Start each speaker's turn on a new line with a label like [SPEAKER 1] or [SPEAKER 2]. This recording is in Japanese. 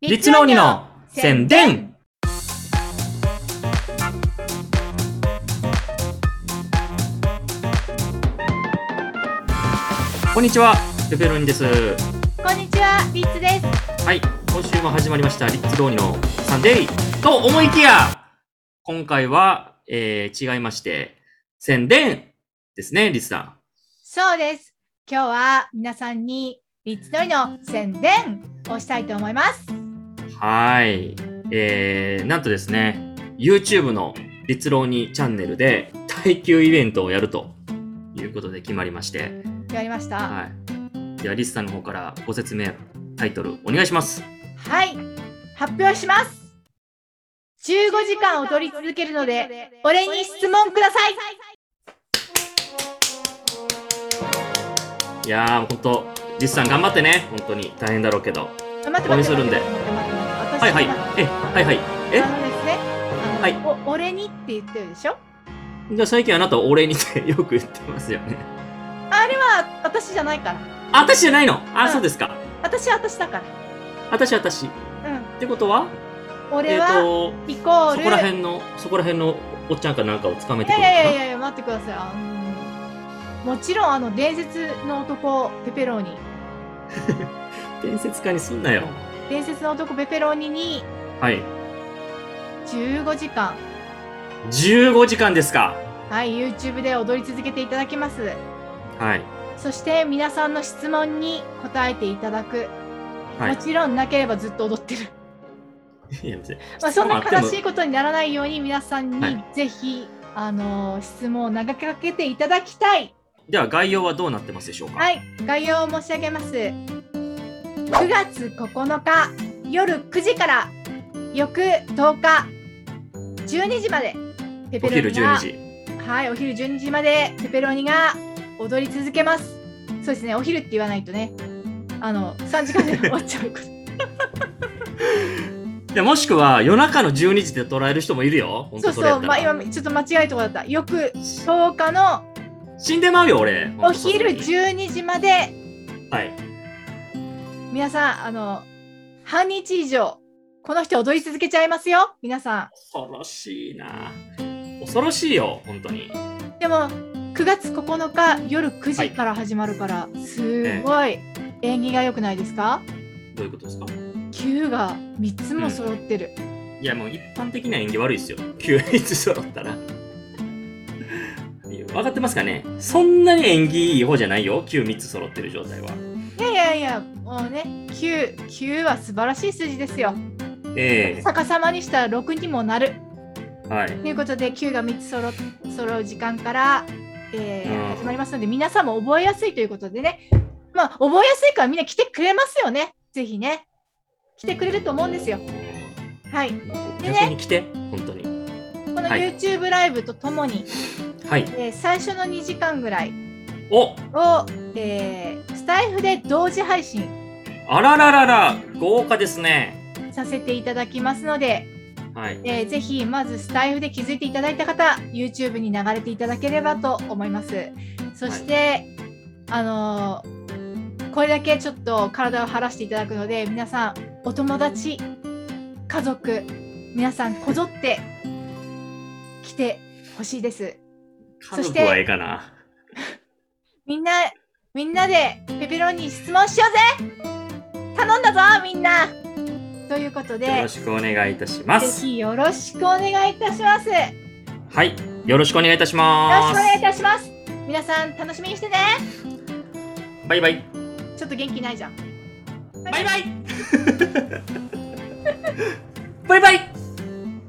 [SPEAKER 1] リッチノーニの宣伝こんにちは、ペペロニです。は
[SPEAKER 2] こんにちは、リッツです。
[SPEAKER 1] い、今週も始まりました、リッチノーニのサンデーと思いきや、今回は、えー、違いまして、宣伝ですね、リスさ
[SPEAKER 2] そうです。今日は皆さんにリッツのりの宣伝をしたいと思います。
[SPEAKER 1] ん。はい。えー、なんとですね、YouTube のリッツローニチャンネルで耐久イベントをやるということで決まりまして、
[SPEAKER 2] やりました。は
[SPEAKER 1] はい。ではリスさんの方からご説明タイトルお願いします。
[SPEAKER 2] い、発表します。15時間踊り続けるので、俺に質問ください。
[SPEAKER 1] いやー本当リスさん頑張ってね本当に大変だろうけど。
[SPEAKER 2] あ待って
[SPEAKER 1] 応
[SPEAKER 2] 待っ
[SPEAKER 1] 援
[SPEAKER 2] て
[SPEAKER 1] するんで
[SPEAKER 2] 待って待って待って
[SPEAKER 1] はいはい
[SPEAKER 2] 私今。
[SPEAKER 1] えはいはい。え
[SPEAKER 2] あのですね。
[SPEAKER 1] は
[SPEAKER 2] はいい。お俺にって言ってるでしょ。
[SPEAKER 1] じゃあ最近あなたお礼にって よく言ってますよね。
[SPEAKER 2] まあ私じゃないから。
[SPEAKER 1] あ私じゃないの。あ、
[SPEAKER 2] うん
[SPEAKER 1] そうですか。
[SPEAKER 2] 私は私だか
[SPEAKER 1] 私私。っ
[SPEAKER 2] ら。うん。
[SPEAKER 1] てことは
[SPEAKER 2] 俺
[SPEAKER 1] っ、
[SPEAKER 2] は
[SPEAKER 1] と
[SPEAKER 2] イコー
[SPEAKER 1] そ
[SPEAKER 2] ル。
[SPEAKER 1] こら辺のそこら辺のおっちゃんかなんかをつかめ
[SPEAKER 2] い
[SPEAKER 1] てく
[SPEAKER 2] やい
[SPEAKER 1] るのかな。
[SPEAKER 2] やいやいや待ってくださいあのもちろんあの伝説の男ペペローニ
[SPEAKER 1] 伝説家にすんなよ。
[SPEAKER 2] 伝説の男ペペローニに
[SPEAKER 1] はい。
[SPEAKER 2] 15時間
[SPEAKER 1] 15時間ですか。
[SPEAKER 2] はい YouTube で踊り続けていただきます
[SPEAKER 1] はい
[SPEAKER 2] そして皆さんの質問に答えていただく、
[SPEAKER 1] は
[SPEAKER 2] もちろんなければずっと踊って る、
[SPEAKER 1] い。いや別に
[SPEAKER 2] まあ、そんな
[SPEAKER 1] 質問あ
[SPEAKER 2] 悲
[SPEAKER 1] っても
[SPEAKER 2] しいことにならないように皆さん
[SPEAKER 1] は
[SPEAKER 2] に
[SPEAKER 1] い
[SPEAKER 2] ぜひ、あの質問を投げかけていただきたい
[SPEAKER 1] では概要はどうなってますでしょうか。
[SPEAKER 2] はい、概要を申し上げます。9月9日夜9時から翌10日12時までペ
[SPEAKER 1] お
[SPEAKER 2] ペロ
[SPEAKER 1] 昼
[SPEAKER 2] ニが
[SPEAKER 1] 12時。
[SPEAKER 2] はい、お昼12時までペペロニが踊り続けます。そうですね、お昼って言わないとね、あの3時間 で終わっちゃうこと。
[SPEAKER 1] でもしくは夜中の12時で捉える人もいるよ。本
[SPEAKER 2] そ
[SPEAKER 1] 当
[SPEAKER 2] う
[SPEAKER 1] それや
[SPEAKER 2] そ
[SPEAKER 1] っ
[SPEAKER 2] う、
[SPEAKER 1] た
[SPEAKER 2] ま
[SPEAKER 1] ら
[SPEAKER 2] あ、今ちょっと間違えたところだった。翌10日の
[SPEAKER 1] 死んでまうよ俺。
[SPEAKER 2] お昼
[SPEAKER 1] 本当その時
[SPEAKER 2] 12時まで
[SPEAKER 1] はい。
[SPEAKER 2] 皆さんあの半日以上この人踊り続けちゃいますよ皆さん。
[SPEAKER 1] 恐ろしいな。恐ろしいよ本当に。
[SPEAKER 2] でも9月9日夜9時から始まるから、すごい縁起が良くないですか
[SPEAKER 1] どういうことですか。
[SPEAKER 2] ?9 が3つも揃ってる、
[SPEAKER 1] いやもう一般的な演技悪いですよ。急にいつ揃ったら。分かってますかねそんなに演技いい方じゃないよ9、3つ揃ってる状態は。
[SPEAKER 2] いやいやいやもうね99は素晴らしい数字ですよ
[SPEAKER 1] ええ
[SPEAKER 2] 逆さまにしたら6にもなる
[SPEAKER 1] はい。
[SPEAKER 2] ということで9が3つ揃揃う時間から、えー
[SPEAKER 1] うん
[SPEAKER 2] 始まりますので皆さんも覚えやすいということでねまあ覚えやすいからみんな来てくれますよねぜひね来てくれると思うんですよはいでね
[SPEAKER 1] 逆に来て、本当に。
[SPEAKER 2] この
[SPEAKER 1] はい
[SPEAKER 2] YouTube ライブとともに、
[SPEAKER 1] はい。
[SPEAKER 2] えー最初の2時間ぐらい
[SPEAKER 1] お
[SPEAKER 2] を、えースタイフで同時配信
[SPEAKER 1] あらららら豪華ですね。
[SPEAKER 2] させていただきますので、
[SPEAKER 1] はい。
[SPEAKER 2] えーぜひまずスタイフで気づいていただいた方 YouTube に流れていただければと思いますそして、あのーこれだけちょっと体を晴らしていただくので皆さんお友達家族皆さんこぞって来てほしいです
[SPEAKER 1] 家
[SPEAKER 2] そし
[SPEAKER 1] 族
[SPEAKER 2] て
[SPEAKER 1] はいいかな。
[SPEAKER 2] みんな、みんなでペペロンに質問しようぜ頼んだぞみんなということで、
[SPEAKER 1] よろ
[SPEAKER 2] ぜ
[SPEAKER 1] しくお願いいたします。
[SPEAKER 2] ひよろしくお願いいたします。よろしく
[SPEAKER 1] はい、よろしくお願いいたし
[SPEAKER 2] お
[SPEAKER 1] ます。
[SPEAKER 2] 願いいたします。皆さん楽しみにしてね。
[SPEAKER 1] バイバイ。
[SPEAKER 2] ちょっと元気ないじゃん。
[SPEAKER 1] バイバイ。バイバイ。